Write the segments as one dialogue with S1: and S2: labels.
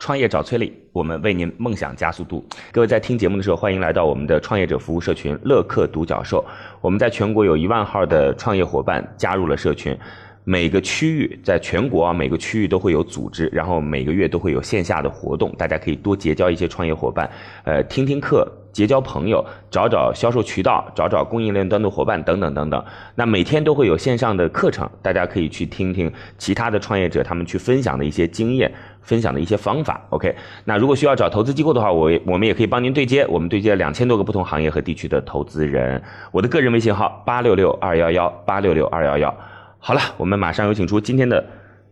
S1: 创业找崔磊，我们为您梦想加速度。各位在听节目的时候，欢迎来到我们的创业者服务社群乐客独角兽。我们在全国有一万号的创业伙伴加入了社群。每个区域在全国啊，每个区域都会有组织，然后每个月都会有线下的活动，大家可以多结交一些创业伙伴，呃，听听课，结交朋友，找找销售渠道，找找供应链端的伙伴等等等等。那每天都会有线上的课程，大家可以去听听其他的创业者他们去分享的一些经验，分享的一些方法。OK，那如果需要找投资机构的话，我也我们也可以帮您对接，我们对接了两千多个不同行业和地区的投资人。我的个人微信号八六六二幺幺八六六二幺幺。好了，我们马上有请出今天的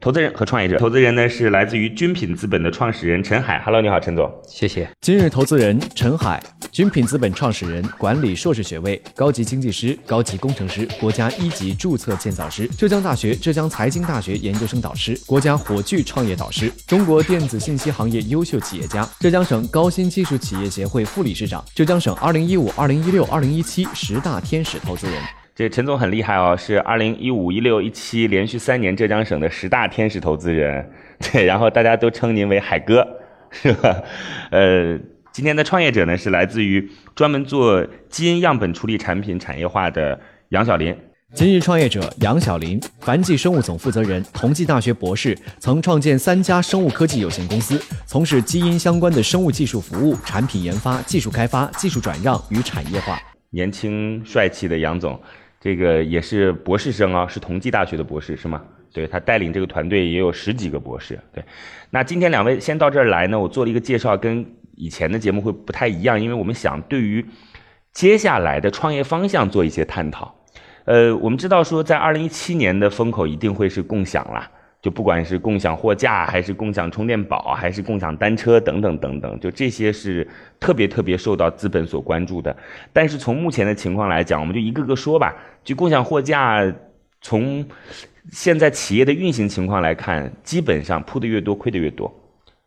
S1: 投资人和创业者。投资人呢是来自于君品资本的创始人陈海。Hello，你好，陈总。
S2: 谢谢。
S3: 今日投资人陈海，君品资本创始人，管理硕士学位，高级经济师、高级工程师，国家一级注册建造师，浙江大学、浙江财经大学研究生导师，国家火炬创业导师，中国电子信息行业优秀企业家，浙江省高新技术企业协会副理事长，浙江省二零一五、二零一六、二零一七十大天使投资人。
S1: 这陈总很厉害哦，是二零一五、一六、一七连续三年浙江省的十大天使投资人，对，然后大家都称您为海哥，是吧？呃，今天的创业者呢是来自于专门做基因样本处理产品产业化的杨晓林。
S3: 今日创业者杨晓林，凡济生物总负责人，同济大学博士，曾创建三家生物科技有限公司，从事基因相关的生物技术服务、产品研发、技术开发、技术转让与产业化。
S1: 年轻帅气的杨总，这个也是博士生啊，是同济大学的博士是吗？对他带领这个团队也有十几个博士。对，那今天两位先到这儿来呢，我做了一个介绍，跟以前的节目会不太一样，因为我们想对于接下来的创业方向做一些探讨。呃，我们知道说，在二零一七年的风口一定会是共享啦，就不管是共享货架，还是共享充电宝，还是共享单车等等等等，就这些是特别特别受到资本所关注的。但是从目前的情况来讲，我们就一个个说吧。就共享货架，从现在企业的运行情况来看，基本上铺的越多，亏的越多，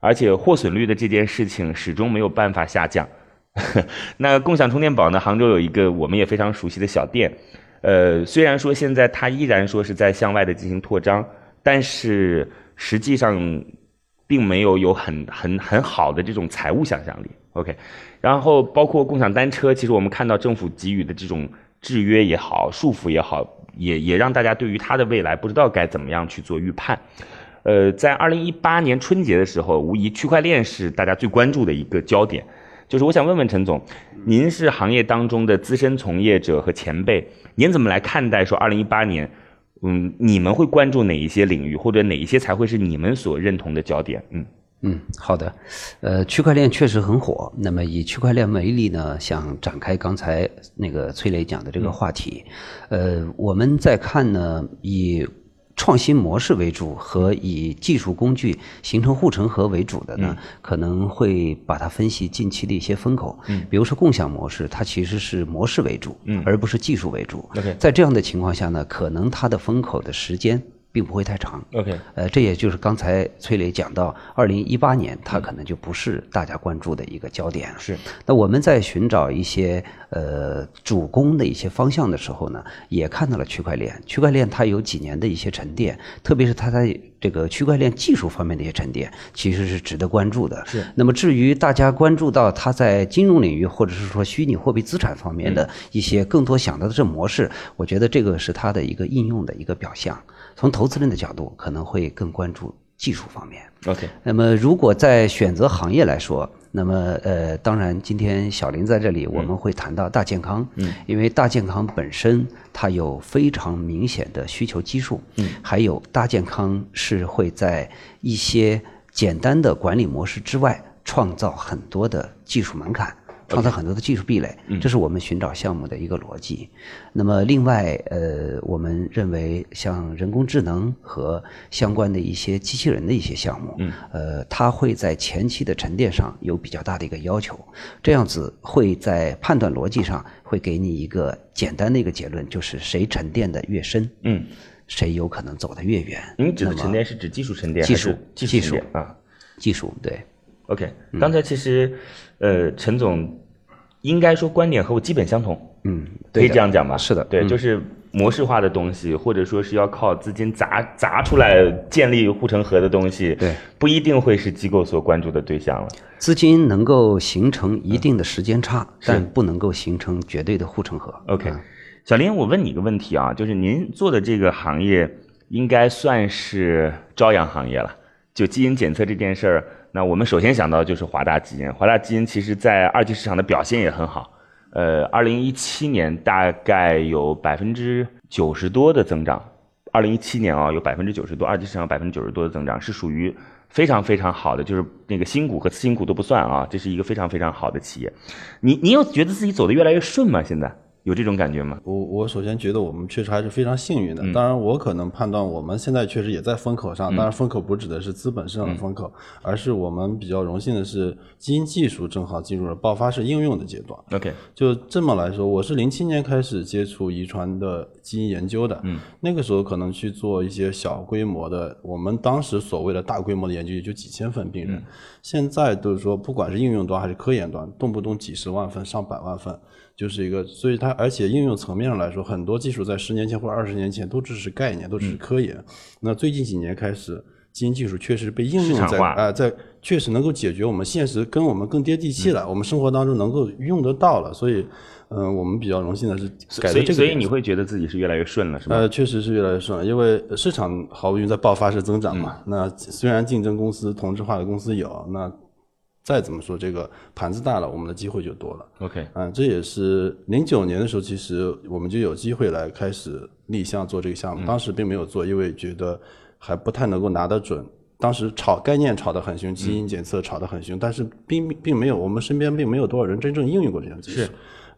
S1: 而且获损率的这件事情始终没有办法下降。 那共享充电宝呢？杭州有一个我们也非常熟悉的小店，呃，虽然说现在它依然说是在向外的进行扩张，但是实际上并没有有很很很好的这种财务想象力。OK，然后包括共享单车，其实我们看到政府给予的这种制约也好、束缚也好，也也让大家对于它的未来不知道该怎么样去做预判。呃，在二零一八年春节的时候，无疑区块链是大家最关注的一个焦点。就是我想问问陈总，您是行业当中的资深从业者和前辈，您怎么来看待说二零一八年，嗯，你们会关注哪一些领域，或者哪一些才会是你们所认同的焦点？嗯，
S2: 嗯，好的。呃，区块链确实很火。那么以区块链为例呢，想展开刚才那个崔磊讲的这个话题。呃，我们在看呢，以创新模式为主和以技术工具形成护城河为主的呢，可能会把它分析近期的一些风口。嗯，比如说共享模式，它其实是模式为主，嗯，而不是技术为主。
S1: OK
S2: 在这样的情况下呢，可能它的风口的时间并不会太长。
S1: OK
S2: 呃，这也就是刚才崔磊讲到，二零一八年它可能就不是大家关注的一个焦点了。
S1: 是，
S2: 那我们在寻找一些呃主攻的一些方向的时候呢，也看到了区块链。区块链它有几年的一些沉淀，特别是它在这个区块链技术方面的一些沉淀，其实是值得关注的。是。那么至于大家关注到它在金融领域或者是说虚拟货币资产方面的一些更多想到的这模式，我觉得这个是它的一个应用的一个表象。从投资人的角度，可能会更关注技术方面。
S1: OK，
S2: 那么，如果在选择行业来说，那么呃，当然，今天小林在这里，我们会谈到大健康，嗯，因为大健康本身它有非常明显的需求基数，嗯，还有大健康是会在一些简单的管理模式之外，创造很多的技术门槛。创造很多的技术壁垒，这是我们寻找项目的一个逻辑。那么另外，呃，我们认为像人工智能和相关的一些机器人的一些项目，
S1: 嗯
S2: 呃，它会在前期的沉淀上有比较大的一个要求，这样子会在判断逻辑上会给你一个简单的一个结论，就是谁沉淀的越深，
S1: 嗯，
S2: 谁有可能走得越远。
S1: 您指的
S2: 那么
S1: 沉淀是指技术沉淀
S2: 技
S1: 还
S2: 术
S1: 是技
S2: 技
S1: 术
S2: 术嗯
S1: 沉淀啊？
S2: 技术对。
S1: OK，刚才其实，呃，陈总应该说观点和我基本相同，
S2: 嗯，
S1: 可
S2: 对
S1: 以
S2: 的
S1: 这样讲吧？
S2: 是的嗯
S1: 对，就是模式化的东西，或者说是要靠资金砸砸出来建立护城河的东西，
S2: 对，
S1: 不一定会是机构所关注的对象了。
S2: 资金能够形成一定的时间差，
S1: 是
S2: 但不能够形成绝对的护城河。
S1: OK，小林，我问你一个问题啊，就是您做的这个行业应该算是朝阳行业了，就基因检测这件事儿。那我们首先想到就是华大基因，华大基因其实在二级市场的表现也很好，呃，二零一七年大概有百分之九十多的增长，二零一七年啊有百分之九十多，二级市场百分之九十多的增长是属于非常非常好的，就是那个新股和次新股都不算啊，这是一个非常非常好的企业。你你有觉得自己走的越来越顺吗？现在有这种感觉吗？
S4: 我我首先觉得我们确实还是非常幸运的。当然，我可能判断我们现在确实也在风口上，当然风口不指的是资本市场的风口，而是我们比较荣幸的是基因技术正好进入了爆发式应用的阶段。
S1: OK，
S4: 就这么来说，我是零七年开始接触遗传的基因研究的，嗯，那个时候可能去做一些小规模的，我们当时所谓的大规模的研究也就几千份病人，
S1: 嗯
S4: 现在就是说，不管是应用端还是科研端，动不动几十万份、上百万份，就是一个，所以它而且应用层面上来说，很多技术在十年前或者二十年前都只是概念，都
S1: 嗯
S4: 只是科研，那最近几年开始。基因技术确实被应
S1: 市
S4: 用
S1: 场
S4: 在
S1: 化
S4: 啊、在确实能够解决我们现实跟我们更接地气
S1: 嗯
S4: 了，我们生活当中能够用得到了，所以，嗯、我们比较荣幸的是改
S1: 所以
S4: 了这个
S1: 所以
S4: 点
S1: 你会觉得自己是越来越顺了，是吗？
S4: 呃，确实是越来越顺了，因为市场毫无疑问在爆发式增长嘛。
S1: 嗯
S4: 那虽然竞争公司、同质化的公司有，那再怎么说这个盘子大了，我们的机会就多了。
S1: OK，
S4: 嗯，这也是零九年的时候，其实我们就有机会来开始立项做这个
S1: 嗯
S4: 项目，当时并没有做，因为觉得还不太能够拿得准。当时炒概念炒得很凶，基
S1: 嗯
S4: 因检测炒得很凶，但是并并没有我们身边并没有多少人真正应用过这项技术。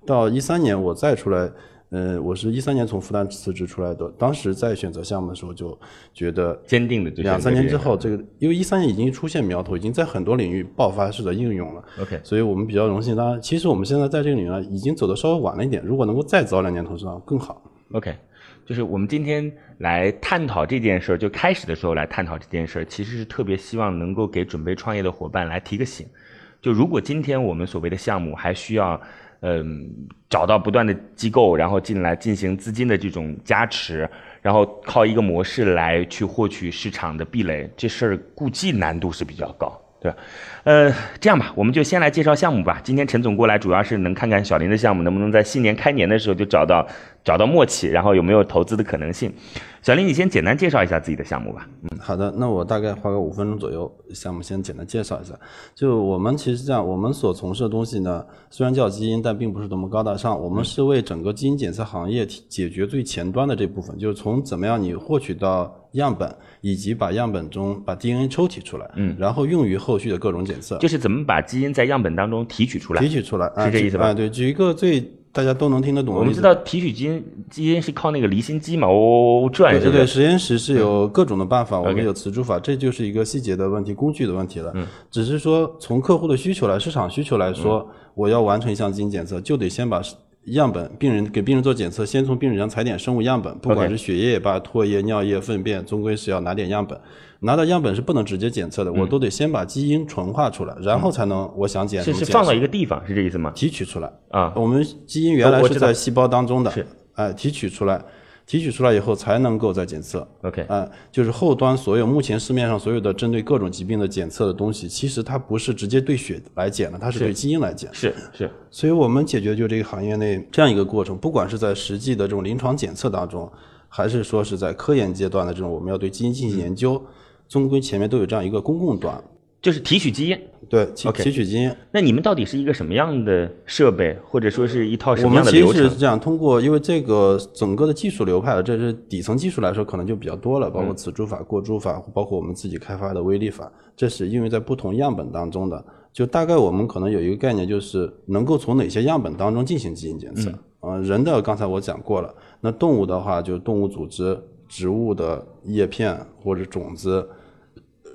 S4: 到一三年我再出来，呃，我是一三年从复旦辞职出来的，当时在选择项目的时候就觉得
S1: 坚定的就选择
S4: 两三年
S1: 这
S4: 之
S1: 个
S4: 后，这个因为一三年已经出现苗头，已经在很多领域爆发式的应用了。
S1: OK
S4: 所以我们比较荣幸。当然，其实我们现在在这个领域啊呢，已经走的稍微晚了一点。如果能够再早两年投资上啊更好。
S1: OK，就是我们今天来探讨这件事儿，就开始的时候来探讨这件事儿，其实是特别希望能够给准备创业的伙伴来提个醒。就如果今天我们所谓的项目还需要，嗯，找到不断的机构，然后进来进行资金的这种加持，然后靠一个模式来去获取市场的壁垒，这事儿估计难度是比较高。对吧，呃，这样吧，我们就先来介绍项目吧。今天陈总过来，主要是能看看小林的项目能不能在新年开年的时候就找到找到默契，然后有没有投资的可能性。小林，你先简单介绍一下自己的项目吧。
S4: 嗯好的，那我大概花个五分钟左右，项目先简单介绍一下。就我们其实这样，我们所从事的东西呢，虽然叫基因，但并不是多么高大上。我们是为整个基因检测行业提解决最前端的这部分，就是从怎么样你获取到样本，以及把样本中把 DNA 抽取出来，嗯，然后用于后续的各种检测。
S1: 就是怎么把基因在样本当中提取出来
S4: 提。取出来，啊
S1: 是这意思吧
S4: 啊，对，举一个最大家都能听得懂的
S1: 我们
S4: 例子
S1: 知道提取基因基因是靠那个离心机嘛，哦转
S4: 对
S1: 是
S4: 对
S1: 不
S4: 对，
S1: 是？
S4: 实验室是有各种的办法，我
S1: 嗯 OK 嗯
S4: 们有磁珠法，这就是一个细节的问题、工具的问题了。只是说从客户的需求来、市场需求来说，
S1: 嗯
S4: 我要完成一项基因检测，就得先把样本病人给病人做检测，先从病人上采点生物样本，不
S1: OK
S4: 管是血液也罢、唾液、尿液、粪便，终归是要拿点样本。拿到样本是不能直接检测的，
S1: 嗯
S4: 我都得先把基因纯化出来，然后才能我想检
S1: 是
S4: 怎么
S1: 是
S4: 检
S1: 放到
S4: 测
S1: 一个地方，是这意思吗？
S4: 提取出来
S1: 啊
S4: 我们基因原来
S1: 我
S4: 是
S1: 知道
S4: 在细胞当中的，
S1: 是
S4: 哎，提取出来，提取出来以后才能够再检测。
S1: OK
S4: 啊、就是后端所有目前市面上所有的针对各种疾病的检测的东西，其实它不是直接对血来检的，它是对基因来检。
S1: 是是
S4: 所以我们解决就这个行业内这样一个过程，不管是在实际的这种临床检测当中，还是说是在科研阶段的这种我们要对基因进行研究，终归前面都有这样一个公共端，
S1: 就是提取基因。
S4: 对提
S1: OK
S4: 提取基因。
S1: 那你们到底是一个什么样的设备，或者说是一套什
S4: 我
S1: 么
S4: 们
S1: 样的
S4: 其
S1: 流
S4: 实
S1: 程
S4: 是？这样，通过因为这个整个的技术流派了，这是底层技术来说可能就比较多了，
S1: 嗯
S4: 包括此珠法、过珠法，包括我们自己开发的微粒法，这是因为在不同样本当中的就大概我们可能有一个概念，就是能够从哪些样本当中进行基因检测。嗯、呃，人的刚才我讲过了，那动物的话，就动物组织、植物的叶片或者种子、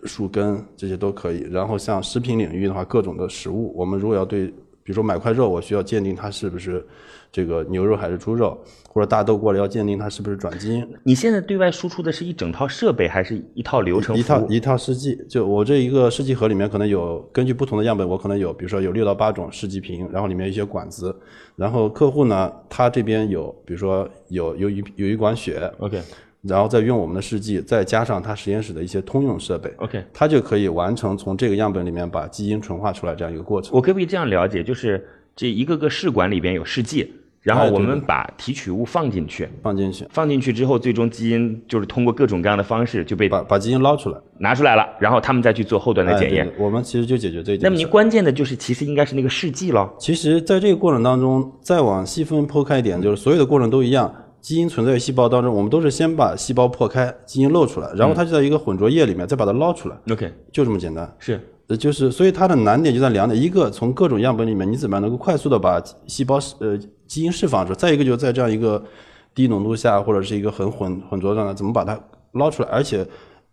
S4: 树根这些都可以。然后像食品领域的话，各种的食物，我们如果要对，比如说买块肉，我需要鉴定它是不是这个牛肉还是猪肉，或者大豆过来要鉴定它是不是转基因。
S1: 你现在对外输出的是一整套设备，还是一套流程
S4: 一
S1: 服
S4: 套
S1: 务？
S4: 一套试剂，就我这一个试剂盒里面可能有根据不同的样本，我可能有比如说有六到八种试剂瓶，然后里面有一些管子，然后客户呢他这边有比如说有有一有一管血
S1: OK
S4: 然后再用我们的试剂，再加上他实验室的一些通用设备
S1: OK
S4: 它就可以完成从这个样本里面把基因纯化出来这样一个过程。
S1: 我可不可以这样了解，就是这一个个试管里边有试剂，然后
S4: 哎对
S1: 我
S4: 对
S1: 们把提取物放进去，
S4: 放进去，
S1: 放进去之后，最终基因就是通过各种各样的方式就被
S4: 把把基因捞出来，
S1: 拿出来了，然后他们再去做后端的
S4: 哎
S1: 检
S4: 对
S1: 验。
S4: 对我们其实就解决这一点事儿。
S1: 那么您关键的就是，其实应该是那个试剂咯。
S4: 其实，在这个过程当中，再往细分剖开一点，就是所有的过程都一样。基因存在于细胞当中，我们都是先把细胞破开，基因露出来，然后它就在一个混浊液里面，再把它捞出来，
S1: OK，
S4: 就这么简单。
S1: 是
S4: 呃，就是所以它的难点就在两点：一个从各种样本里面，你怎么样能够快速的把细胞释呃基因释放出来；再一个就是在这样一个低浓度下，或者是一个很混混浊的状态，怎么把它捞出来？而且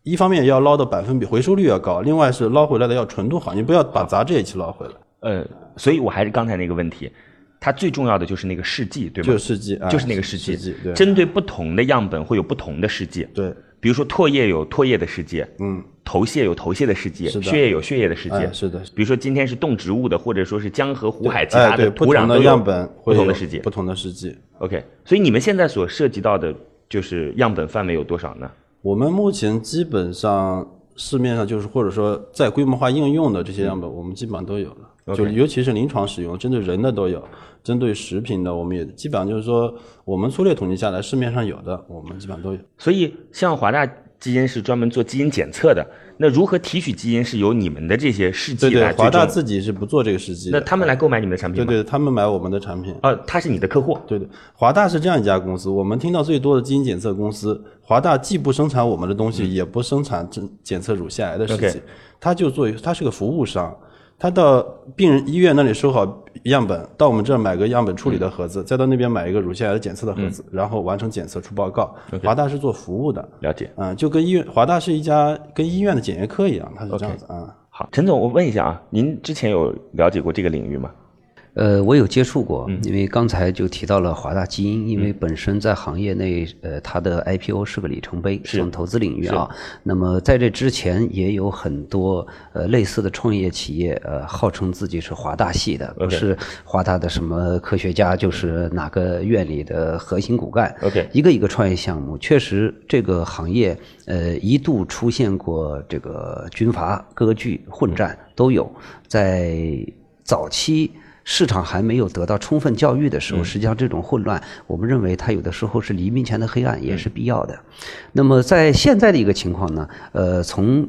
S4: 一方面要捞的百分比回收率要高，另外是捞回来的要纯度好，你不要把杂质也一起捞回来。
S1: 呃，所以我还是刚才那个问题，它最重要的就是那个试剂，对吗？
S4: 就是试剂哎
S1: 就是那个试剂。
S4: 试剂对
S1: 针对不同的样本会有不同的试剂。
S4: 对，
S1: 比如说唾液有唾液的试剂，
S4: 嗯，
S1: 头屑有头屑的试剂，
S4: 是的
S1: 血液有血液的试剂。
S4: 哎是的是的
S1: 比如说今天是动植物的，或者说是江河湖海其
S4: 哎，
S1: 他
S4: 对，不
S1: 土壤
S4: 同
S1: 都
S4: 的
S1: 有
S4: 样本
S1: 不
S4: 会
S1: 同的
S4: 有
S1: 试剂
S4: 不。同的试剂。
S1: OK，所以你们现在所涉及到的就是样本范围有多少呢？
S4: 我们目前基本上市面上就是或者说在规模化应用的这些样本，我们基本上都有了。就尤其是临床使用，针对人的都有，针对食品的我们也基本上就是说，我们粗略统计下来，市面上有的我们基本上都有。
S1: 所以，像华大基因是专门做基因检测的，那如何提取基因是由你们的这些试剂
S4: 对对
S1: 来，
S4: 华
S1: 最
S4: 大
S1: 终
S4: 自己是不做这个试剂
S1: 那
S4: 的。
S1: 他们来购买你们的产品
S4: 对
S1: 吗？
S4: 对，他们买我们的产品。
S1: 呃，他是你的客户，
S4: 对对，华大是这样一家公司，我们听到最多的基因检测公司，华大既不生产我们的东西，也不生产检检测乳腺癌的试
S1: OK
S4: 剂，它就做一，它是个服务商，它到病人医院那里收好样本，到我们这儿买个样本处理的盒子，再到那边买一个乳腺癌的检测的盒子，然后完成检测出报告。华大是做服务的，
S1: 了解。
S4: 嗯，就跟医院，华大是一家跟医院的检验科一样，它是这样子啊。嗯
S1: 好，陈总，我问一下啊，您之前有了解过这个领域吗？
S2: 呃，我有接触过，因为刚才就提到了华大基因，因为本身在行业内，呃，它的 IPO 是个里程碑，从投资领域啊。那么在这之前，也有很多呃类似的创业企业，呃，号称自己是华大系的，不是华大的什么科学家，就是哪个院里的核心骨干。
S1: OK
S2: 一个一个创业项目，确实这个行业，呃，一度出现过这个军阀割据、混战都有，在早期。市场还没有得到充分教育的时候，实际上这种混乱，我们认为它有的时候是黎明前的黑暗，也是必要的。那么在现在的一个情况呢，呃，从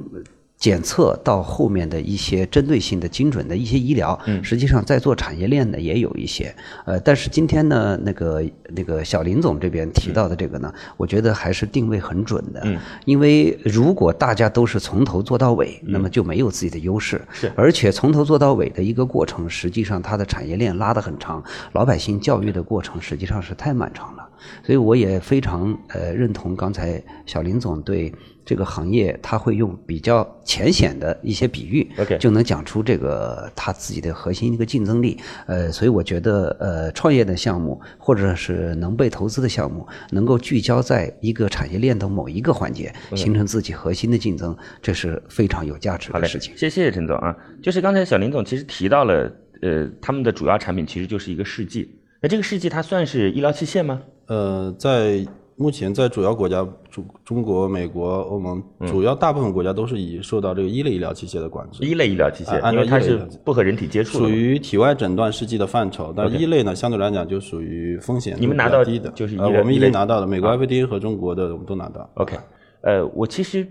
S2: 检测到后面的一些针对性的、精准的一些医疗，实际上在做产业链的也有一些。呃，但是今天呢，那个那个小林总这边提到的这个呢，我觉得还是定位很准的。因为如果大家都是从头做到尾，那么就没有自己的优势。是，而且从头做到尾的一个过程，实际上它的产业链拉得很长，老百姓教育的过程实际上是太漫长了。所以我也非常呃认同刚才小林总对这个行业，他会用比较浅显的一些比喻
S1: OK
S2: 就能讲出这个他自己的核心一个竞争力。呃，所以我觉得呃创业的项目或者是能被投资的项目，能够聚焦在一个产业链的某一个环节，形成自己核心的竞争，这是非常有价值
S1: 好
S2: 的
S1: 嘞，
S2: 事情。
S1: 谢谢陈总啊。就是刚才小林总其实提到了，呃，他们的主要产品其实就是一个试剂。那这个试剂它算是医疗器械吗？
S4: 呃，在目前在主要国家，中中国、美国、欧盟，
S1: 嗯
S4: 主要大部分国家都是以受到这个一类医疗器械的管制，
S1: 一类医疗器械，
S4: 啊按
S1: 因
S4: 照
S1: 为它
S4: 一类医
S1: 是
S4: 疗器械
S1: 不和人体接触的嘛。
S4: 属于体外诊断试剂的范畴。但
S1: OK
S4: 一类呢，相对来讲就属于风险
S1: 你们
S4: 度比
S1: 拿
S4: 较
S1: 到
S4: 低的，
S1: 就是
S4: 呃
S1: 一类
S4: 我们
S1: 一
S4: 一
S1: 类
S4: 类拿到的，美
S1: 啊
S4: 国 FDA 和中国的我们都拿到。
S1: OK，呃，我其实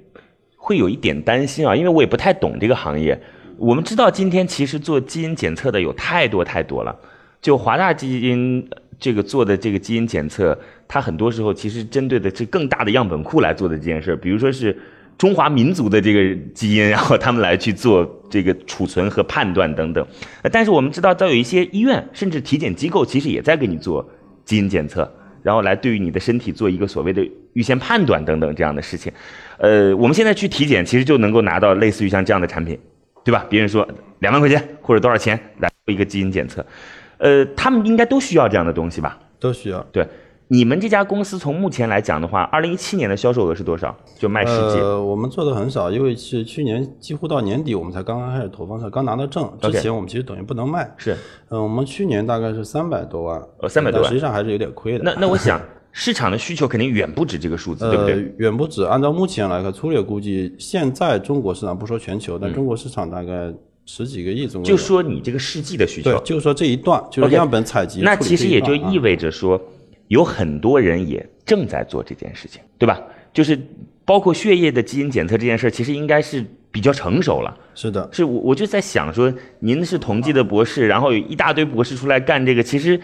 S1: 会有一点担心啊，因为我也不太懂这个行业。我们知道今天其实做基因检测的有太多太多了，就华大基因呃这个做的这个基因检测，它很多时候其实针对的是更大的样本库来做的这件事儿，比如说是中华民族的这个基因，然后他们来去做这个储存和判断等等。呃但是我们知道，到有一些医院甚至体检机构，其实也在给你做基因检测，然后来对于你的身体做一个所谓的预先判断等等这样的事情。呃，我们现在去体检，其实就能够拿到类似于像这样的产品，对吧？别人说两万块钱或者多少钱来做一个基因检测，呃，他们应该都需要这样的东西吧？
S4: 都需要。呃
S1: 对，你们这家公司从目前来讲的话，二零一七年的销售额是多少？就卖世界，
S4: 呃，我们做的很少，因为是去年几乎到年底我们才刚刚开始投放出来，刚拿到证，之
S1: OK
S4: 前我们其实等于不能卖。
S1: 是
S4: 嗯、我们去年大概是三百多万，
S1: 呃300多万
S4: 但实际上还是有点亏的。
S1: 那那我想，市场的需求肯定远不止这个数字，对不
S4: 呃
S1: 对？，
S4: 远不止。按照目前来看，粗略估计，现在中国市场不说全球，但中国市场大概十几个亿中国
S1: 嗯就
S4: 有。
S1: 说你这个试剂的需
S4: 对
S1: 求，，
S4: 就是说这一段就是
S1: OK，
S4: 样本采集。
S1: 那
S4: 处理
S1: 其实
S4: 这一
S1: 也就
S4: 段啊
S1: 意味着说，有很多人也正在做这件事情，对吧？就是包括血液的基因检测这件事儿，其实应该是比较成熟了。
S4: 是的，
S1: 是我我就在想说，您是统计的博士，然后有一大堆博士出来干这个，其实。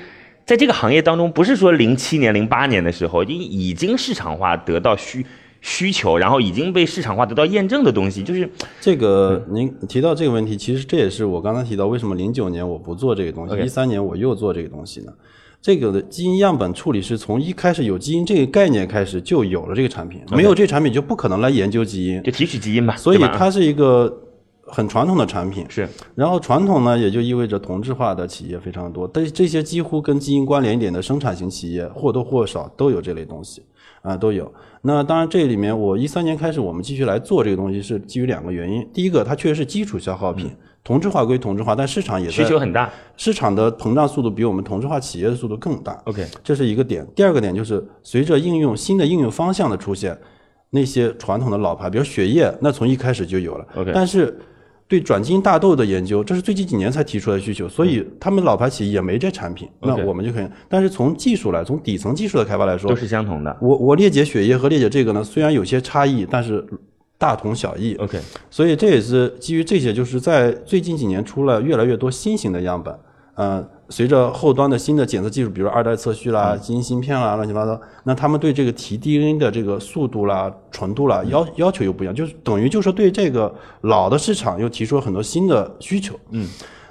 S1: 在这个行业当中，不是说零七年、零八年的时候，已已经市场化得到需需求，然后已经被市场化得到验证的东西，就是
S4: 这个
S1: 嗯
S4: 您提到这个问题，其实这也是我刚才提到为什么零九年我不做这个东西，
S1: OK
S4: 一三年我又做这个东西呢？这个的基因样本处理是从一开始有基因这个概念开始就有了这个产品，没有这个产品就不可能来研究基因
S1: 就，提取基因吧，
S4: 所以
S1: 对吧
S4: 它是一个很传统的产品。
S1: 是
S4: 然后传统呢，也就意味着同质化的企业非常多，但这些几乎跟基因关联一点的生产型企业或多或少都有这类东西，啊、都有。那当然，这里面我一三年开始，我们继续来做这个东西，是基于两个原因。第一个，它确实是基础消耗品，同质化归同质化，但市场也在
S1: 嗯需求很大。
S4: 市场的膨胀速度比我们同质化企业的速度更大。
S1: OK
S4: 这是一个点。第二个点就是，随着应用新的应用方向的出现，那些传统的老牌，比如血液，那从一开始就有了。
S1: OK
S4: 但是对转基因大豆的研究，这是最近几年才提出来的需求，所以他们老牌企业也没这产品，那
S1: 嗯 OK
S4: 我们就可以。但是从技术来，从底层技术的开发来说
S1: 都，是相同的。
S4: 我我裂解血液和裂解这个呢，虽然有些差异，但是大同小异。
S1: OK，
S4: 所以这也是基于这些，就是在最近几年出了越来越多新型的样本，呃，随着后端的新的检测技术，比如二代测序啦、基因芯片啦、乱七八糟，那他们对这个提 DNA 的这个速度啦、纯度啦要要求又不一样，就是等于就是说对这个老的市场又提出了很多新的需求。嗯，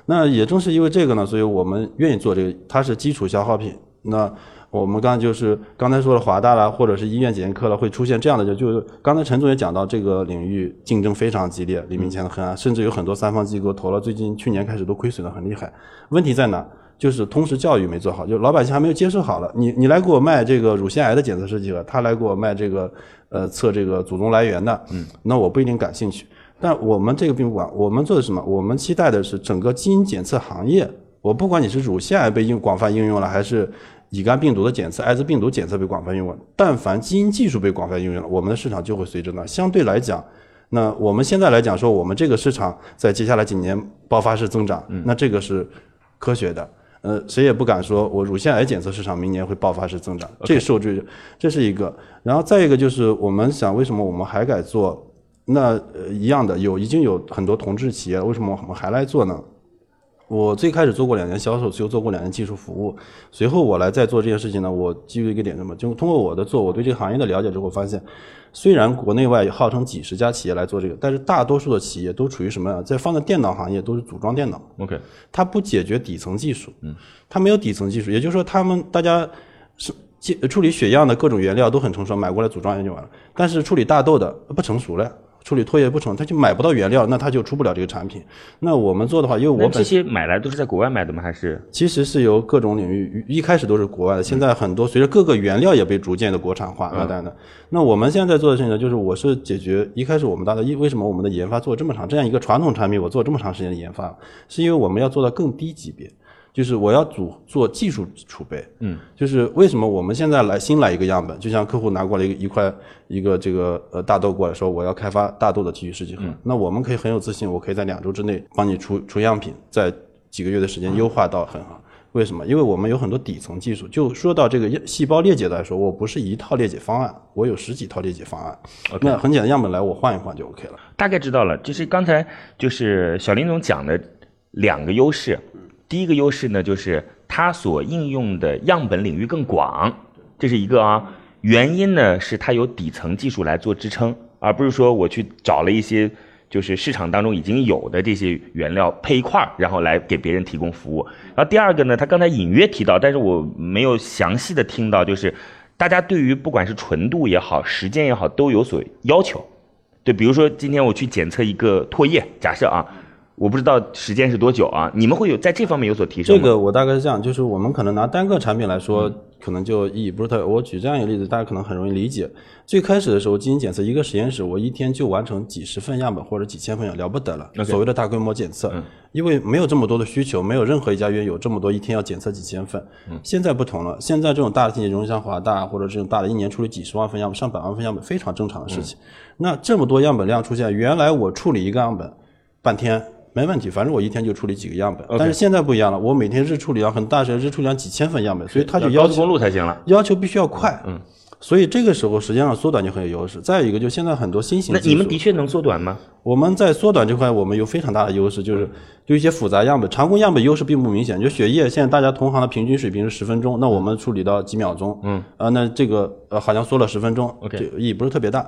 S4: 那也正是因为这个呢，所以我们愿意做这个，它是基础消耗品。那我们刚才就是刚才说了华大啦，或者是医院检验科啦，会出现这样的就就是刚才陈总也讲到这个领域竞争非常激烈，黎明前的黑暗，甚至有很多三方机构投了，最近去年开始都亏损的很厉害。问题在哪？就是通识教育没做好，就老百姓还没有接受好了。你你来给我卖这个乳腺癌的检测试剂了，他来给我卖这个呃测这个祖宗来源的，嗯，那我不一定感兴趣。但我们这个并不管，我们做的是什么？我们期待的是整个基因检测行业，我不管你是乳腺癌被应广泛应用了，还是乙肝病毒的检测、艾滋病毒检测被广泛应用了，但凡基因技术被广泛应用了，我们的市场就会随之呢。相对来讲，那我们现在来讲说，我们这个市场在接下来几年爆发式增长，那这个是科学的。呃，谁也不敢说我乳腺癌检测市场明年会爆发式增长，这受制，这是一个。然后再一个就是我们想，为什么我们还敢做？那呃一样的，有已经有很多同质企业了，为什么我们还来做呢？我最开始做过两年销售，又做过两年技术服务，随后我来再做这件事情呢，我基于一个点什么，就通过我的做，我对这个行业的了解之后，发现虽然国内外号称几十家企业来做这个，但是大多数的企业都处于什么呀？在放在电脑行业都是组装电脑，OK，它不解决底层技术，嗯，它没有底层技术，也就是说他们大家是解处理血样的各种原料都很成熟，买过来组装一下就完了，但是处理大豆的不成熟了。处理唾液不成，他就买不到原料，那他就出不了这个产品。那我们做的话，因为
S1: 那
S4: 我
S1: 这
S4: 本
S1: 些买来都是在国外买的吗？还是
S4: 其实是由各种领域，一开始都是国外的，现在很多随着各个原料也被逐渐的国产化，那当然的。那我们现在在做的事情呢，就是我是解决一开始我们大家一为什么我们的研发做这么长，这样一个传统产品我做这么长时间的研发，是因为我们要做到更低级别，就是我要组做技术储备，嗯，就是为什么我们现在来新来一个样本，就像客户拿过来一个一块一个这个呃大豆过来说我要开发大豆的提取试剂盒，那我们可以很有自信，我可以在两周之内帮你出出样品，在几个月的时间优化到很好。为什么？因为我们有很多底层技术。就说到这个细胞裂解来说，我不是一套裂解方案，我有十几套裂解方案。那很简单，样本来我换一换就 OK 了。
S1: 大概知道了？就是刚才就是小林总讲的两个优势，第一个优势呢就是它所应用的样本领域更广，这是一个啊。原因呢是它有底层技术来做支撑，而不是说我去找了一些就是市场当中已经有的这些原料配一块儿，然后来给别人提供服务。然后第二个呢，他刚才隐约提到，但是我没有详细的听到，就是大家对于不管是纯度也好，时间也好，都有所要求。对，比如说今天我去检测一个唾液，假设啊，我不知道时间是多久啊，你们会有在这方面有所提升吗？
S4: 这
S1: 嗯
S4: 个我大概是这样，就是我们可能拿单个产品来说，可能就意义不是特别。我举这样一个例子，大家可能很容易理解。最开始的时候，基因检测一个实验室，我一天就完成几十份样本或者几千份样本了不得了。所谓的大规模检
S1: 嗯
S4: 测，因为没有这么多的需求，没有任何一家医院有这么多一天要检测几千份。
S1: 嗯
S4: 现在不同了，现在这种大的体检中心，像华大或者这种大的，一年处理几十万份样本、上百万份样本，非常正常的事
S1: 嗯
S4: 情。那这么多样本量出现，原来我处理一个样本半天没问题，反正我一天就处理几个样本。但是现在不一样了，我每天日处理量很大，时日处理量几千份样本，所以它就
S1: 要
S4: 要
S1: 高速公
S4: 求
S1: 路才行了。
S4: 要求必须要快。嗯，所以这个时候时间上缩短就很有优势。再有一个，就现在很多新型
S1: 那
S4: 技术，
S1: 你们的确能缩短吗？
S4: 我们在缩短这块，我们有非常大的优势，就是对一些复杂样本，常规样本优势并不明显。就血液，现在大家同行的平均水平是十分钟，那我们处理到几秒钟，嗯，啊，那这个呃好像缩了十分钟
S1: OK
S4: 这意义不是特别大。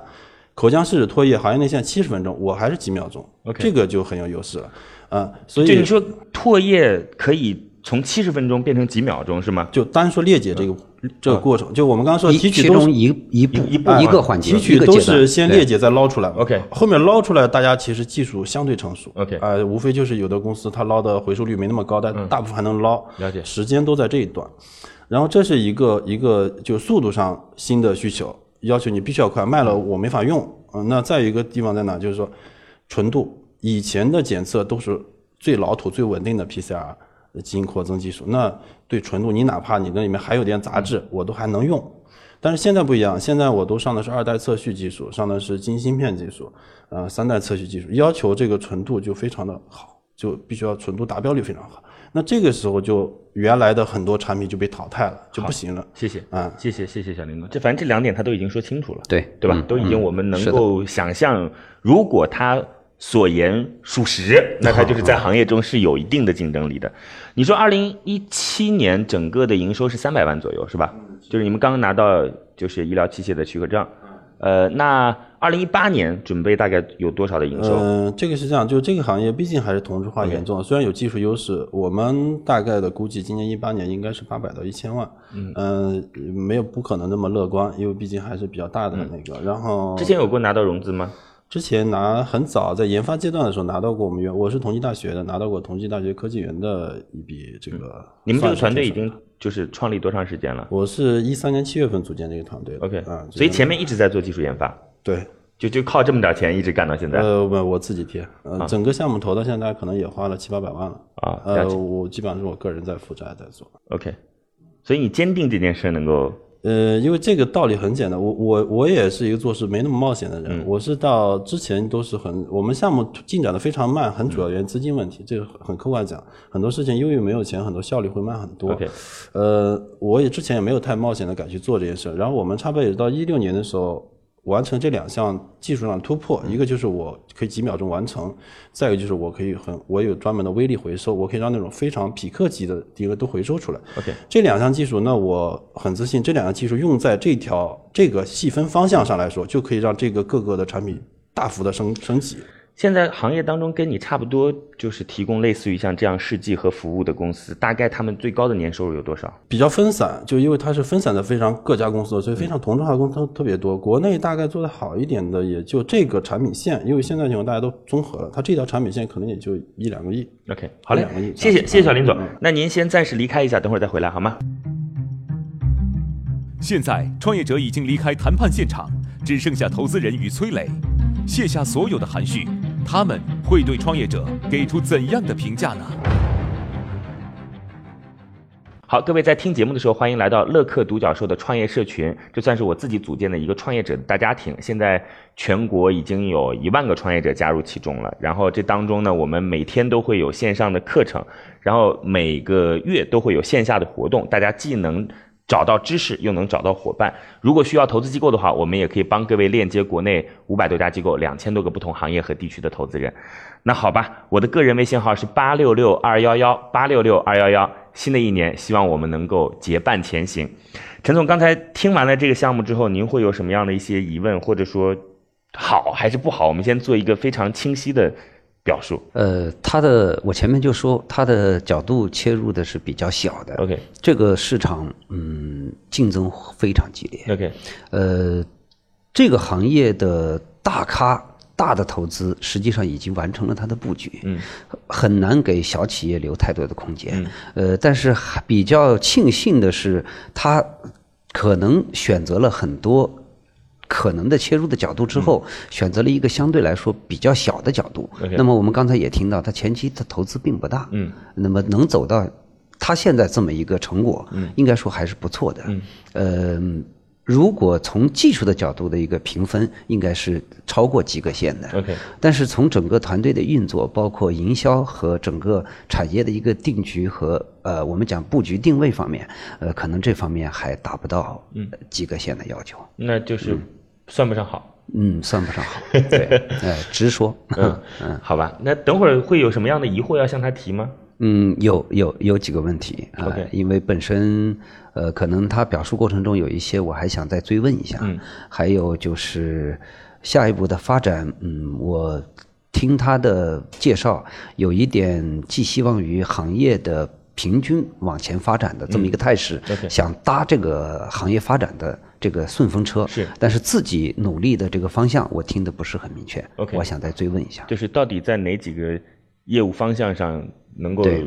S4: 口腔拭子唾液行业内现在七十分钟，我还是几秒钟
S1: OK
S4: 这个就很有优势了，啊，所以
S1: 就你说唾液可以从七十分钟变成几秒钟是吗？
S4: 就单说裂解这个、这个过程，就我们刚刚说
S2: 一
S4: 的提取
S2: 其
S4: 都
S2: 中
S4: 是
S2: 一一步
S1: 一步啊
S2: 一个环节，
S4: 提取
S2: 一个
S4: 都
S2: 阶段
S4: 是先
S2: 对
S4: 裂解再捞出来嘛
S1: OK
S4: 后面捞出来，大家其实技术相对成熟。
S1: OK
S4: 呃，无非就是有的公司它捞的回收率没那么高，
S2: 嗯
S4: 但大部分还能捞。
S1: 了解
S4: 时间都在这一段。然后这是一个一个就速度上新的需求，要求你必须要快，卖了我没法用。嗯、那再有一个地方在哪？就是说纯度，以前的检测都是最老土、最稳定的 PCR 基因扩增技术，那对纯度，你哪怕你那里面还有点杂
S1: 嗯
S4: 质，我都还能用。但是现在不一样，现在我都上的是二代测序技术，上的是基因芯片技术，呃，三代测序技术，要求这个纯度就非常的好，就必须要纯度达标率非常好。那这个时候就原来的很多产品就被淘汰了，就不行了。
S1: 谢谢
S4: 啊
S1: 谢谢谢谢小林哥，这反正这两点他都已经说清楚了，
S2: 对
S1: 对吧？
S2: 嗯
S1: 都已经我们能
S2: 是的
S1: 够想象，如果他所言属 实，那他就是在行业中是有一定的竞争力的。你说二零一七年整个的营收是三百万左右是吧？
S4: 嗯
S1: 就是你们刚刚拿到就是医疗器械的许可证，呃，那二零一八年准备大概有多少的营收？
S4: 嗯、这个是这样，就这个行业毕竟还是同质化严重的虽然有技术优势，我们大概的估计今年一八年应该是八百到一千万，嗯、没有不可能那么乐观，因为毕竟还是比较大的那个。然后
S1: 嗯之前有过拿到融资吗？
S4: 之前拿很早在研发阶段的时候拿到过我们原我是同济大学的，拿到过同济大学科技园的一笔这个。
S1: 嗯你们这个团
S4: 算是
S1: 队已
S4: 挺少的
S1: 经就是创立多长时间了
S4: 我是一三年七月份组建这个团队的
S1: ？OK，
S4: 啊，
S1: 所以
S4: 就是
S1: 前面一直在做技术研发，
S4: 对
S1: 就就靠这么点钱一直干到现在。
S4: 呃我我自己贴，呃整个项目投到现在可能也花了七八百万了
S1: 啊了
S4: 呃
S1: 解
S4: 我基本上是我个人在负债在做。
S1: OK，所以你坚定这件事能够
S4: 呃，因为这个道理很简单，我我我也是一个做事没那么冒险的人，我是到之前都是很，我们项目进展的非常慢，很主要原因资金问题，这个很客观讲，很多事情因为没有钱，很多效率会慢很多。
S1: OK
S4: 呃，我也之前也没有太冒险的敢去做这件事，然后我们差不多也是到一六年的时候。完成这两项技术上的突破，一个就是我可以几秒钟完成，再一个就是我可以很，我有专门的微粒回收，我可以让那种非常匹克级的 DNA 都回收出来。
S1: OK
S4: 这两项技术，那我很自信，这两项技术用在这条这个细分方向上来说，就可以让这个各个的产品大幅的升升级。
S1: 现在行业当中跟你差不多，就是提供类似于像这样试剂和服务的公司，大概他们最高的年收入有多少？
S4: 比较分散，就因为它是分散的非常各家公司，所以非常同质化的公司特别多。国内大概做的好一点的，也就这个产品线，因为现在情况大家都综合了，它这条产品线可能也就一两个亿。
S1: OK，好嘞
S4: 两个亿，
S1: 谢谢谢谢小林总
S4: 嗯，
S1: 那您先暂时离开一下，等会儿再回来好吗？
S5: 现在，创业者已经离开谈判现场，只剩下投资人与崔磊，卸下所有的含蓄，他们会对创业者给出怎样的评价呢？
S1: 好，各位在听节目的时候，欢迎来到乐客独角兽的创业社群，这算是我自己组建的一个创业者的大家庭。现在全国已经有一万个创业者加入其中了。然后这当中呢，我们每天都会有线上的课程，然后每个月都会有线下的活动，大家既能找到知识，又能找到伙伴。如果需要投资机构的话，我们也可以帮各位链接国内五百多家机构、两千多个不同行业和地区的投资人。那好吧，我的个人微信号是八六六二幺幺八六六二幺幺。新的一年，希望我们能够结伴前行。陈总，刚才听完了这个项目之后，您会有什么样的一些疑问，或者说好还是不好，我们先做一个非常清晰的表述。
S2: 呃，它的我前面就说，它的角度切入的是比较小的。
S1: OK
S2: 这个市场，嗯，竞争非常激烈。
S1: OK，
S2: 呃，这个行业的大咖、大的投资，实际上已经完成了它的布局，嗯，很难给小企业留太多的空间。呃，但是还比较庆幸的是，它可能选择了很多。可能的切入的角度之后，选择了一个相对来说比较小的角度。
S1: OK
S2: 那么我们刚才也听到，它前期的投资并不大，嗯，那么能走到它现在这么一个成果，嗯，应该说还是不错的，嗯，呃，如果从技术的角度的一个评分，应该是超过及格线的。
S1: OK
S2: 但是从整个团队的运作，包括营销和整个产业的一个定局和呃，我们讲布局定位方面，呃，可能这方面还达不到呃及格线的要求。
S1: 那就是算不上好。
S2: 嗯，算不上好。对，呃，直说。
S1: 嗯嗯，好吧。那等会儿会有什么样的疑惑要向他提吗？
S2: 嗯，有有有几个问题啊
S1: OK
S2: 因为本身呃，可能他表述过程中有一些我还想再追问一下，嗯，还有就是下一步的发展，嗯，我听他的介绍，有一点寄希望于行业的平均往前发展的这么一个态势，
S1: 嗯
S2: 想搭这个行业发展的这个顺风车，
S1: 是
S2: 但是自己努力的这个方向，我听的不是很明确
S1: OK
S2: 我想再追问一下，
S1: 就是到底在哪几个业务方向上能够
S2: 对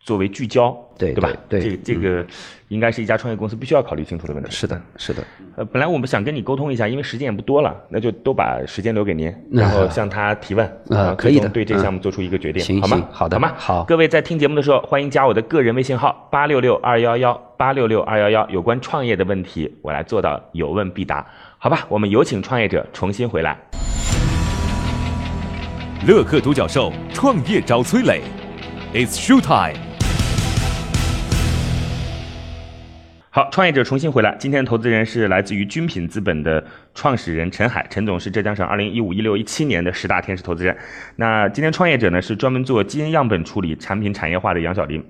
S1: 作为聚焦，
S2: 对
S1: 吧？
S2: 对对
S1: 这个这个应该是一家创业公司必须要考虑清楚的问题。
S2: 是的，是的。
S1: 呃，本来我们想跟你沟通一下，因为时间也不多了，那就都把时间留给您，然后向他提问，
S2: 呃
S1: 然后
S2: 嗯可以
S1: 最
S2: 的
S1: 终对这个项目做出一个决定，
S2: 行
S1: 好吗
S2: 行？好的
S1: 好吗？
S2: 好
S1: 各位在听节目的时候，欢迎加我的个人微信号八六六二幺幺八六六二幺幺，有关创业的问题，我来做到有问必答，好吧？我们有请创业者重新回来。
S5: 乐客独角兽创业找崔磊，It's show time。
S1: 好，创业者重新回来。今天的投资人是来自于君品资本的创始人陈海，陈总是浙江省二零一五、一六、一七年的十大天使投资人。那今天创业者呢是专门做基因样本处理、产品产业化的杨小林，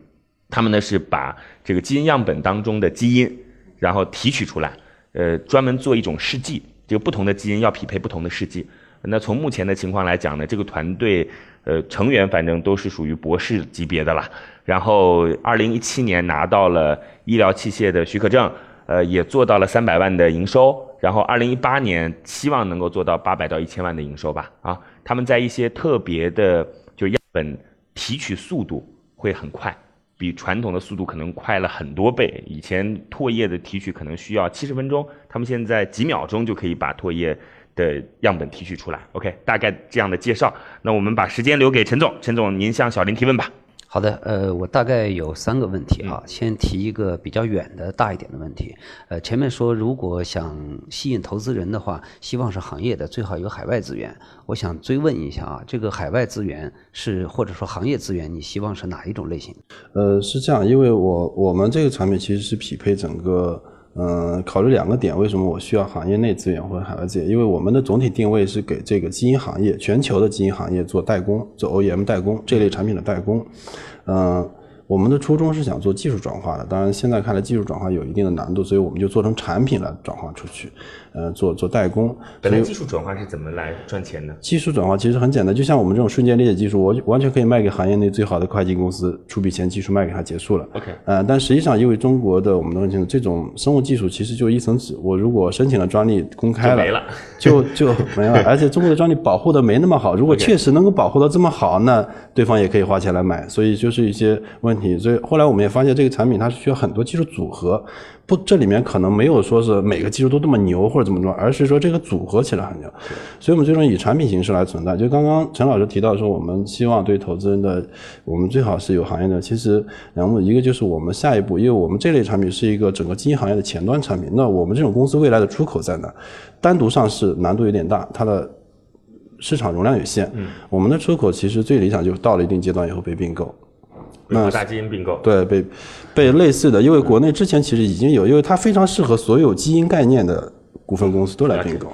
S1: 他们呢是把这个基因样本当中的基因，然后提取出来，呃，专门做一种试剂，这个不同的基因要匹配不同的试剂。那从目前的情况来讲呢，这个团队呃成员反正都是属于博士级别的啦。然后二零一七年拿到了医疗器械的许可证，呃，也做到了三百万的营收。然后二零一八年希望能够做到八百到一千万的营收吧。啊，他们在一些特别的就是样本提取速度会很快。比传统的速度可能快了很多倍。以前唾液的提取可能需要七十分钟，他们现在几秒钟就可以把唾液的样本提取出来。OK，大概这样的介绍。那我们把时间留给陈总，陈总您向小林提问吧。
S2: 好的，呃，我大概有三个问题啊，先提一个比较远的、大一点的问题。呃，前面说如果想吸引投资人的话，希望是行业的，最好有海外资源。我想追问一下啊，这个海外资源是或者说行业资源，你希望是哪一种类型？
S4: 呃，是这样，因为我我们这个产品其实是匹配整个，嗯、考虑两个点，为什么我需要行业内资源或者海外资源？因为我们的总体定位是给这个基因行业，全球的基因行业做代工，做 OEM 代工这类产品的代工，嗯、我们的初衷是想做技术转化的，当然现在看来技术转化有一定的难度，所以我们就做成产品来转化出去，呃，做做代工。
S1: 本来技术转化是怎么来赚钱的？
S4: 技术转化其实很简单，就像我们这种瞬间理解技术，我完全可以卖给行业内最好的会计公司，出笔钱技术卖给他结束了。
S1: OK
S4: 呃，但实际上因为中国的我们都很清楚，这种生物技术其实就一层纸，我如果申请了专利公
S1: 就
S4: 开了，
S1: 没了，
S4: 就就 没了。而且中国的专利保护的没那么好，如果确实能够保护的这么
S1: 嗯
S4: 好，那对方也可以花钱来买。所以就是一些问题。所以后来我们也发现，这个产品它是需要很多技术组合，不，这里面可能没有说是每个技术都这么牛或者怎么着，而是说这个组合起来很牛。所以我们最终以产品形式来存在。就刚刚陈老师提到说，我们希望对投资人的，我们最好是有行业的。其实两步，一个就是我们下一步，因为我们这类产品是一个整个基因行业的前端产品，那我们这种公司未来的出口在哪？单独上市难度有点大，它的市场容量有限。我们的出口其实最理想就是到了一定阶段以后被并购。
S1: 那大基因并购。
S4: 对，被被类似的，因为国内之前其实已经有，因为它非常适合所有基因概念的股份公司都来并购，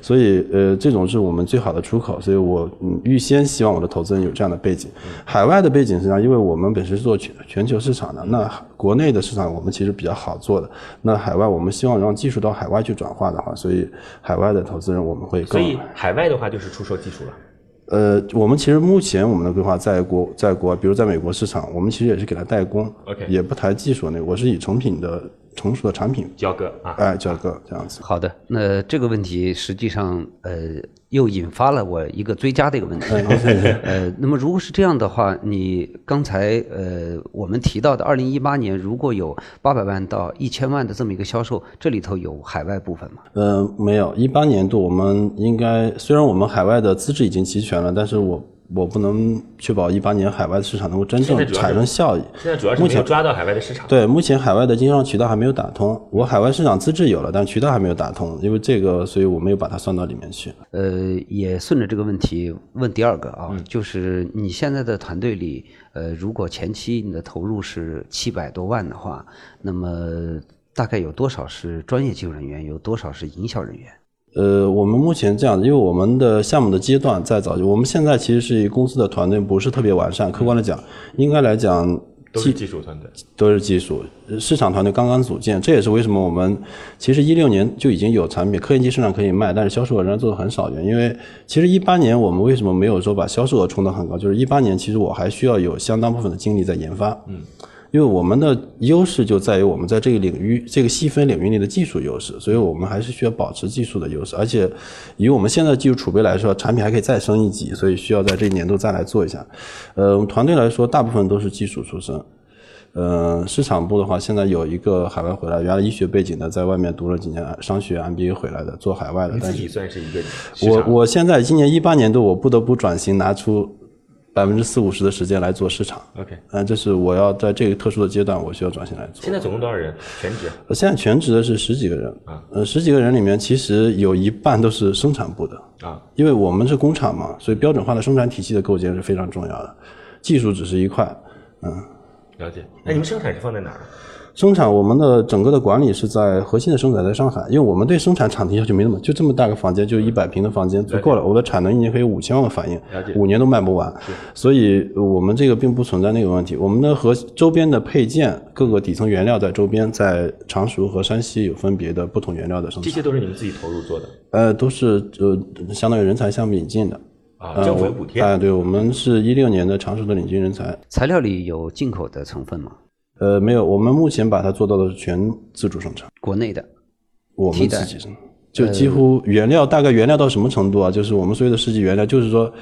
S4: 所以呃，这种是我们最好的出口。所以我嗯预先希望我的投资人有这样的背景。
S1: 嗯
S4: 海外的背景实际上，因为我们本身是做全全球市场的，
S1: 嗯
S4: 那国内的市场我们其实比较好做的。那海外我们希望让技术到海外去转化的话，所以海外的投资人我们会
S1: 所
S4: 更
S1: 以海外的话就是出售技术了。
S4: 呃，我们其实目前我们的规划在国在国，比如在美国市场，我们其实也是给它代工
S1: OK
S4: 也不谈技术那，我是以成品的成熟的产品，
S1: 焦哥啊，
S4: 哎，交割这样子。
S2: 好的，那这个问题实际上呃又引发了我一个追加的一个问题。 呃，那么如果是这样的话，你刚才呃我们提到的二零一八年如果有八百万到一千万的这么一个销售，这里头有海外部分吗？
S4: 呃，没有，一八年度我们应该虽然我们海外的资质已经齐全了，但是我我不能确保一八年海外市场能够真
S1: 现
S4: 正
S1: 在主要是
S4: 产生效益。
S1: 现在主要是没有抓到海外的市场。
S4: 对，目前海外的经销商渠道还没有打通，我海外市场资质有了，但渠道还没有打通，因为这个，所以我没有把它算到里面去。
S2: 呃，也顺着这个问题问第二个啊，就是你现在的团队里，呃，如果前期你的投入是七百多万的话，那么大概有多少是专业技术人员，有多少是营销人员？
S4: 呃，我们目前这样，因为我们的项目的阶段在早期，我们现在其实是公司的团队不是特别完善，客观的讲，应该来讲。
S1: 都是技术团队，
S4: 都是技术，呃市场团队刚刚组建，这也是为什么我们其实一六年就已经有产品，科研机市场可以卖，但是销售额仍然做的很少原因为其实一八年我们为什么没有说把销售额冲得很高，就是一八年其实我还需要有相当部分的精力在研发，嗯，因为我们的优势就在于我们在这个领域、这个细分领域内的技术优势，所以我们还是需要保持技术的优势。而且，以我们现在的技术储备来说，产品还可以再升一级，所以需要在这一年度再来做一下。呃，我们团队来说，大部分都是技术出身。呃，市场部的话，现在有一个海外回来，原来医学背景的，在外面读了几年商学 MBA 回来的，做海外的
S1: 你，
S4: 但
S1: 自己
S4: 是
S1: 算是一个市
S4: 我
S1: 场
S4: 我现在今年一八年度，我不得不转型，拿出百分之四五十的时间来做市场。
S1: OK。
S4: 嗯，这是我要在这个特殊的阶段，我需要转型来做。
S1: 现在总共多少人？全职
S4: 呃现在全职的是十几个人，
S1: 啊
S4: 呃，十几个人里面其实有一半都是生产部的，
S1: 啊？
S4: 因为我们是工厂嘛，所以标准化的生产体系的构建是非常重要的，技术只是一块。
S1: 了解。那哎你们生产是放在哪儿？啊
S4: 生产我们的整个的管理是在核心的生产在上海，因为我们对生产场地要求没那么，就这么大个房间，就一百平的房间足够了。我的产能一年可以五千万个反应
S1: 了解，
S4: 五年都卖不完，所以呃我们这个并不存在那个问题。我们的核周边的配件，各个底层原料在周边，在常熟和山西有分别的不同原料的
S1: 嗯
S4: 生
S1: 这
S4: 产，
S1: 些都是你们自己投入做的
S4: 呃，都是呃相当于人才项目引进的。
S1: 啊？
S4: 呃
S1: 政府
S4: 我
S1: 有补贴
S4: 哎、对我们是一六年的常熟的领军人才，
S2: 材料里有进口的成分吗？
S4: 呃，没有，我们目前把它做到的是全自主生产。
S2: 国内的，
S4: 我们
S2: 替代呃
S4: 自己生，就几乎原料大概原料到什么程度啊？就是我们所有的试剂原料，就是说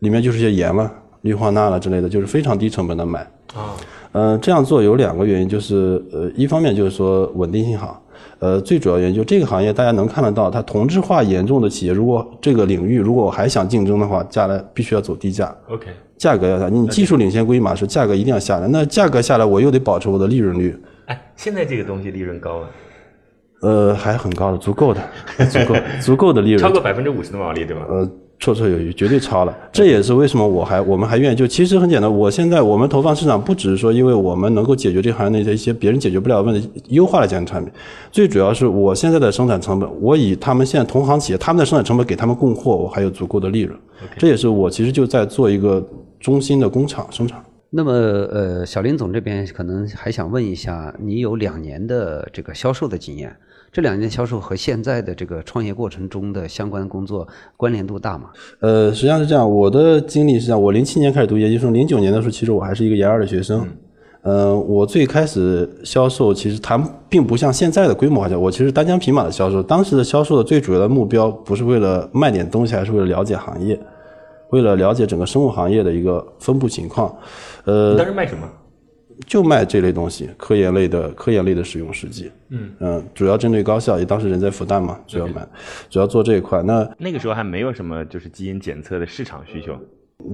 S4: 里面就是一些盐了、氯化钠啊了之类的，就是非常低成本的买。
S1: 啊？
S4: 呃，这样做有两个原因，就是呃，一方面就是说稳定性好，呃，最主要原因就这个行业大家能看得到，它同质化严重的企业，如果这个领域如果我还想竞争的话，将来必须要走低价。
S1: OK，
S4: 价格要下，你技术领先归马是价格一定要下来。那价格下来，我又得保持我的利润率，
S1: 哎，现在这个东西利润高吗？啊
S4: 呃，还很高的，足够的，足够足够的利润。
S1: 超过百分之五十的毛利，对吧？
S4: 呃，绰绰有余，绝对超了。这也是为什么我还我们还愿意就其实很简单，我现在我们投放市场不只是说因为我们能够解决这行业内的一些别人解决不了的问题，优化了这样的产品，最主要是我现在的生产成本，我以他们现在同行企业他们的生产成本给他们供货，我还有足够的利润。这也是我其实就在做一个中心的工厂生产。
S2: 那么呃，小林总这边可能还想问一下，你有两年的这个销售的经验，这两年销售和现在的这个创业过程中的相关工作关联度大吗？
S4: 呃，实际上是这样，我的经历是这样，我零七年开始读研究生，零九年的时候，其实我还是一个研二的学生。呃，我最开始销售其实谈并不像现在的规模化销售，我其实单枪匹马的销售。当时的销售的最主要的目标不是为了卖点东西，还是为了了解行业，为了了解整个生物行业的一个分布情况。呃
S1: 你，当时卖什么？
S4: 就卖这类东西，科研类的科研类的使用试剂。嗯主要针对高校，也当时人在复旦嘛，主要卖，主要做这一块。那
S1: 那个时候还没有什么就是基因检测的市场需求。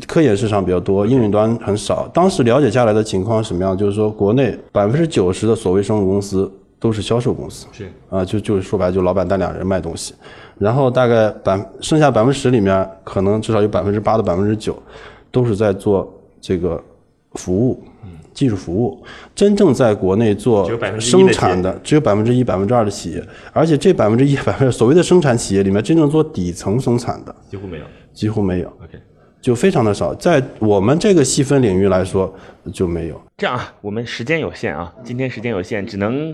S4: 科研市场比较多，应用端很少。当时了解下来的情况是什么样？就是说，国内百分之九十的所谓生物公司都是销售公司，
S1: 是
S4: 啊、就就是说白了，就老板带两人卖东西，然后大概百剩下百分之十里面，可能至少有百分之八到百分之九都是在做这个服务，技术服务，真正在国内做
S1: 嗯只有1%
S4: 生产的只有百分之一、百分之二的企业，而且这百分之一、百分之所谓的生产企业里面，真正做底层生产的
S1: 几乎没有。
S4: 几乎没有，
S1: OK，
S4: 就非常的少。在我们这个细分领域来说就没有。
S1: 这样啊，我们时间有限啊，今天时间有限，只能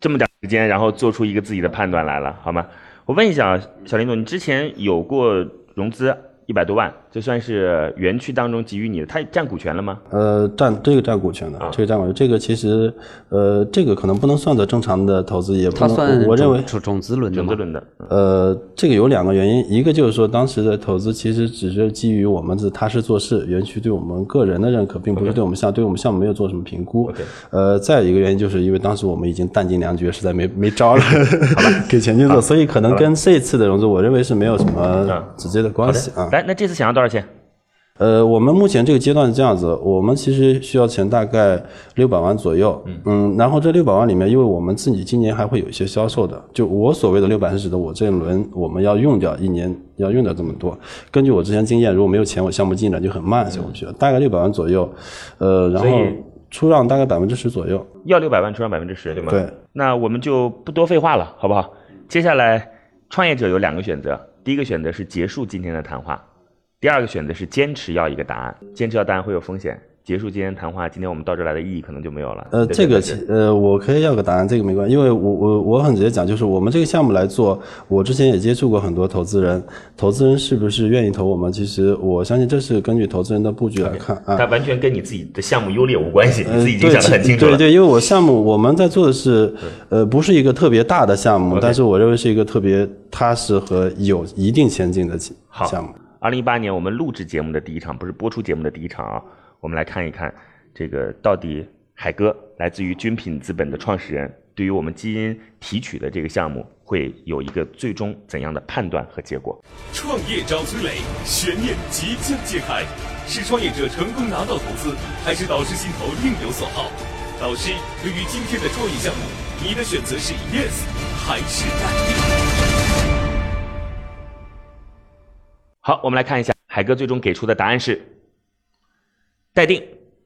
S1: 这么点时间，然后做出一个自己的判断来了，好吗？我问一下，啊，小林总，你之前有过融资一百多万，这算是园区当中给予你的，他占股权了吗？
S4: 呃，占这个占股权的，这个占股权，这个其实，呃，这个可能不能算作正常的投资，也不
S2: 它
S4: 能，
S2: 算
S4: 我我认为，
S2: 种种子轮的
S1: 融资
S2: 吗？
S1: 轮的，
S4: 呃，这个有两个原因，一个就是说当时的投资其实只是基于我们是踏实做事，园区对我们个人的认可，并不是对我们项对我们项目没有做什么评估。呃，再有一个原因就是因为当时我们已经弹尽粮绝，实在没没招了， 给钱进做，所以可能跟这次的融资，我认为是没有什么直接的关系啊。
S1: 来，那这次想要多少钱？
S4: 呃，我们目前这个阶段是这样子，我们其实需要钱大概六百万左右，嗯，然后这六百万里面，因为我们自己今年还会有一些销售的，就我所谓的六百是指的我这一轮我们要用掉一年要用掉这么多。根据我之前经验，如果没有钱，我项目进展就很慢，所以我们需要大概六百万左右，呃，然
S1: 所以
S4: 后出让大概百分之十左右，
S1: 要六百万出让百分之十，对吗？
S4: 对。
S1: 那我们就不多废话了，好不好？接下来，创业者有两个选择，第一个选择是结束今天的谈话，第二个选择是坚持要一个答案。坚持要答案会有风险，结束今天谈话，今天我们到这儿来的意义可能就没有了。对
S4: 呃，
S1: 不对
S4: 这
S1: 对
S4: 个其呃，我可以要个答案，这个没关系，因为我我我很直接讲，就是我们这个项目来做，我之前也接触过很多投资人，投资人是不是愿意投我们？其实我相信这是根据投资人的布局来看啊。
S1: 它完全跟你自己的项目优劣无关系，
S4: 呃
S1: 你自己已经想得很清楚
S4: 对
S1: 了。
S4: 对，因为我项目我们在做的是，呃，不是一个特别大的项目，但是我认为是一个特别踏实和有一定前景的项
S1: 好
S4: 项目。
S1: 二零一八年我们录制节目的第一场，不是播出节目的第一场啊，我们来看一看这个到底海哥来自于军品资本的创始人，对于我们基因提取的这个项目会有一个最终怎样的判断和结果。
S5: 创业找崔磊，悬念即将揭开，是创业者成功拿到投资，还是导师心头另有所好？导师，对于今天的创业项目，你的选择是 yes 还是 no？
S1: 好，我们来看一下海哥最终给出的答案是待定。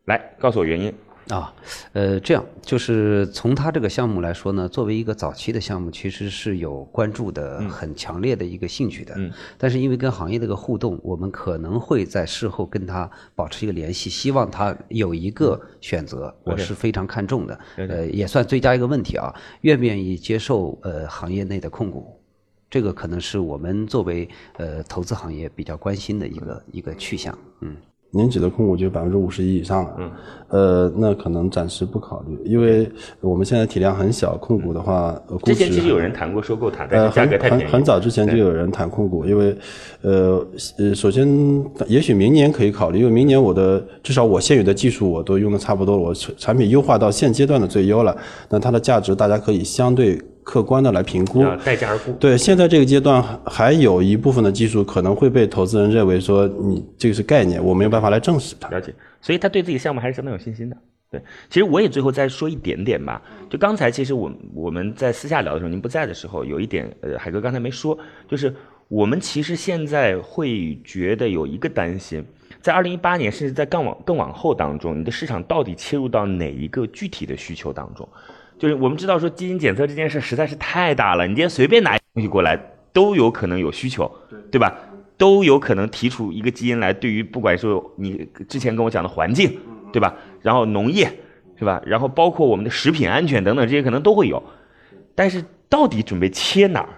S1: 来，告诉我原因。
S2: 啊，呃，这样就是从他这个项目来说呢，作为一个早期的项目，其实是有关注的、很强烈的一个兴趣的。
S1: 嗯
S2: 但是因为跟行业的一个互动，我们可能会在事后跟他保持一个联系，希望他有一个选择，我
S1: OK
S2: 是非常看重的。呃，也算最佳一个问题啊，愿不愿意接受呃行业内的控股？这个可能是我们作为呃投资行业比较关心的一个一个去向。嗯，
S4: 您指的控股就百分之五十一以上了，嗯，呃，那可能暂时不考虑，因为我们现在体量很小，控股的话，呃估
S1: 之
S4: 值
S1: 前其实有人谈过收购它，但
S4: 呃
S1: 是价
S4: 很
S1: 格太
S4: 很
S1: 便宜。
S4: 很早之前就有人谈控股，因为呃呃，首先也许明年可以考虑，因为明年我的至少我现有的技术我都用的差不多了，我产品优化到现阶段的最优了，那它的价值大家可以相对客观的来评估，
S1: 啊，待价而沽。
S4: 对，现在这个阶段还有一部分的技术可能会被投资人认为说你这个是概念，我没有办法来证实它。
S1: 了解，所以他对自己的项目还是相当有信心的。对，其实我也最后再说一点点吧。就刚才其实我我们在私下聊的时候，您不在的时候，有一点呃，海哥刚才没说，就是我们其实现在会觉得有一个担心，在二零一八年甚至在更往更往后当中，你的市场到底切入到哪一个具体的需求当中？就是我们知道说基因检测这件事实在是太大了，你今天随便拿一个东西过来都有可能有需求，对吧？都有可能提出一个基因来，对于不管说你之前跟我讲的环境，对吧？然后农业，是吧？然后包括我们的食品安全等等这些可能都会有，但是到底准备切哪儿，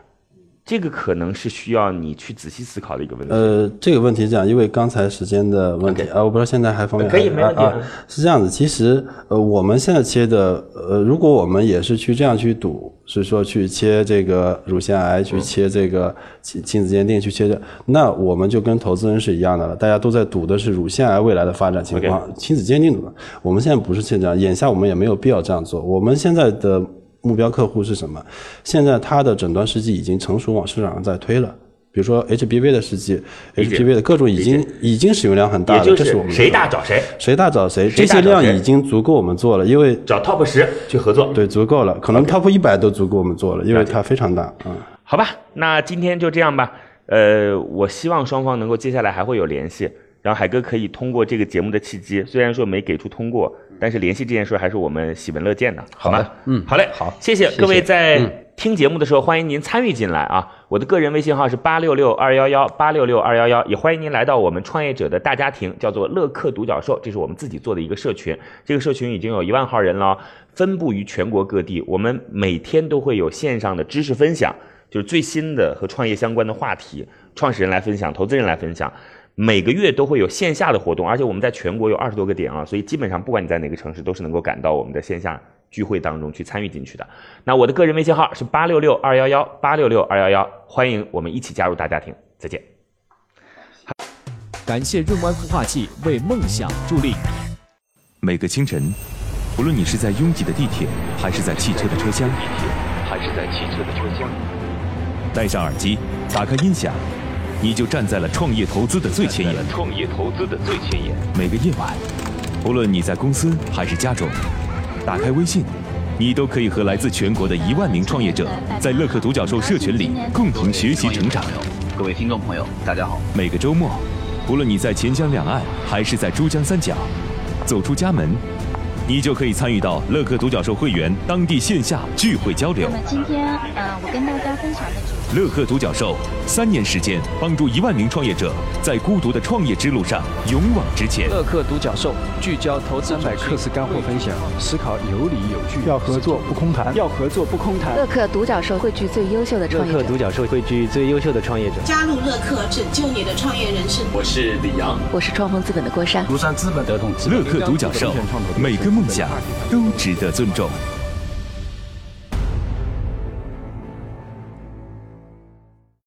S1: 这个可能是需要你去仔细思考的一个问题。
S4: 呃，这个问题是这样，因为刚才时间的问题
S1: OK
S4: 啊，我不知道现在还方便
S1: 可以
S4: 还
S1: 没问题
S4: 啊啊是这样子，其实呃，我们现在切的呃，如果我们也是去这样去赌，是说去切这个乳腺癌，
S1: 嗯
S4: 去切这个亲亲子鉴定，去切这，那我们就跟投资人是一样的了，大家都在赌的是乳腺癌未来的发展情况亲子鉴定的嘛。我们现在不是现在这样，眼下我们也没有必要这样做，我们现在的。目标客户是什么？现在它的诊断试剂已经成熟往市场上在推了，比如说 HPV 的试剂，HPV 的各种已经已经使用量很大
S1: 也
S4: 了，
S1: 就
S4: 这是我们的
S1: 谁大找谁，
S4: 谁大找谁，
S1: 谁
S4: 这
S1: 大找
S4: 些
S1: 谁
S4: 量已经足够我们做了，因为
S1: 找 top 十去合作。
S4: 对足够了，可能 top 一百都足够我们做了，因为它非常大啊。嗯
S1: 好吧，那今天就这样吧。呃，我希望双方能够接下来还会有联系，然后海哥可以通过这个节目的契机，虽然说没给出通过，但是联系这件事还是我们喜闻乐见的，好
S2: 好
S1: 吗
S2: 的？嗯
S1: 好嘞，
S2: 好
S1: 谢谢各位
S2: 谢谢
S1: 在
S2: 嗯
S1: 听节目的时候，欢迎您参与进来啊！我的个人微信号是八六六二幺幺八六六二幺幺，也欢迎您来到我们创业者的大家庭，叫做乐客独角兽，这是我们自己做的一个社群，这个社群已经有一万号人了哦，分布于全国各地，我们每天都会有线上的知识分享，就是最新的和创业相关的话题，创始人来分享，投资人来分享。每个月都会有线下的活动，而且我们在全国有二十多个点啊，所以基本上不管你在哪个城市，都是能够赶到我们的线下聚会当中去参与进去的。那我的个人微信号是八六六二幺幺八六六二幺幺，欢迎我们一起加入大家庭，再见。
S3: 感谢润湾孵化器为梦想助力。
S6: 每个清晨，不论你是在拥挤的地铁，还是在汽车的车厢，还是在汽车的车厢，戴上耳机，打开音响，你就站在了创业投资的最前沿。
S5: 创业投资的最前沿。
S6: 每个夜晚，不论你在公司还是家中，打开微信，你都可以和来自全国的一万名创业者，在乐客独角兽社群里共同学习成长。
S7: 各位听众朋友，大家好。
S6: 每个周末，不论你在钱江两岸还是在珠江三角，走出家门，你就可以参与到乐客独角兽会员当地线下聚会交流
S8: 那。么今天，呃，我跟大家分享的主题
S6: 乐客独角兽三年时间，帮助一万名创业者在孤独的创业之路上勇往直前。
S9: 乐客独角兽聚焦投资百课时干货分享，思考有理有据，要合作不空谈，要合作不空谈。
S10: 乐客独角兽汇聚最优秀的创业者。
S9: 角兽汇聚最优秀的创业者。
S11: 加入乐客，拯救你的创业人生。
S5: 我是李阳。
S10: 我是创丰资本的郭珊。
S7: 庐山资本、德统资
S6: 乐客独角兽，每个梦想都值得尊重。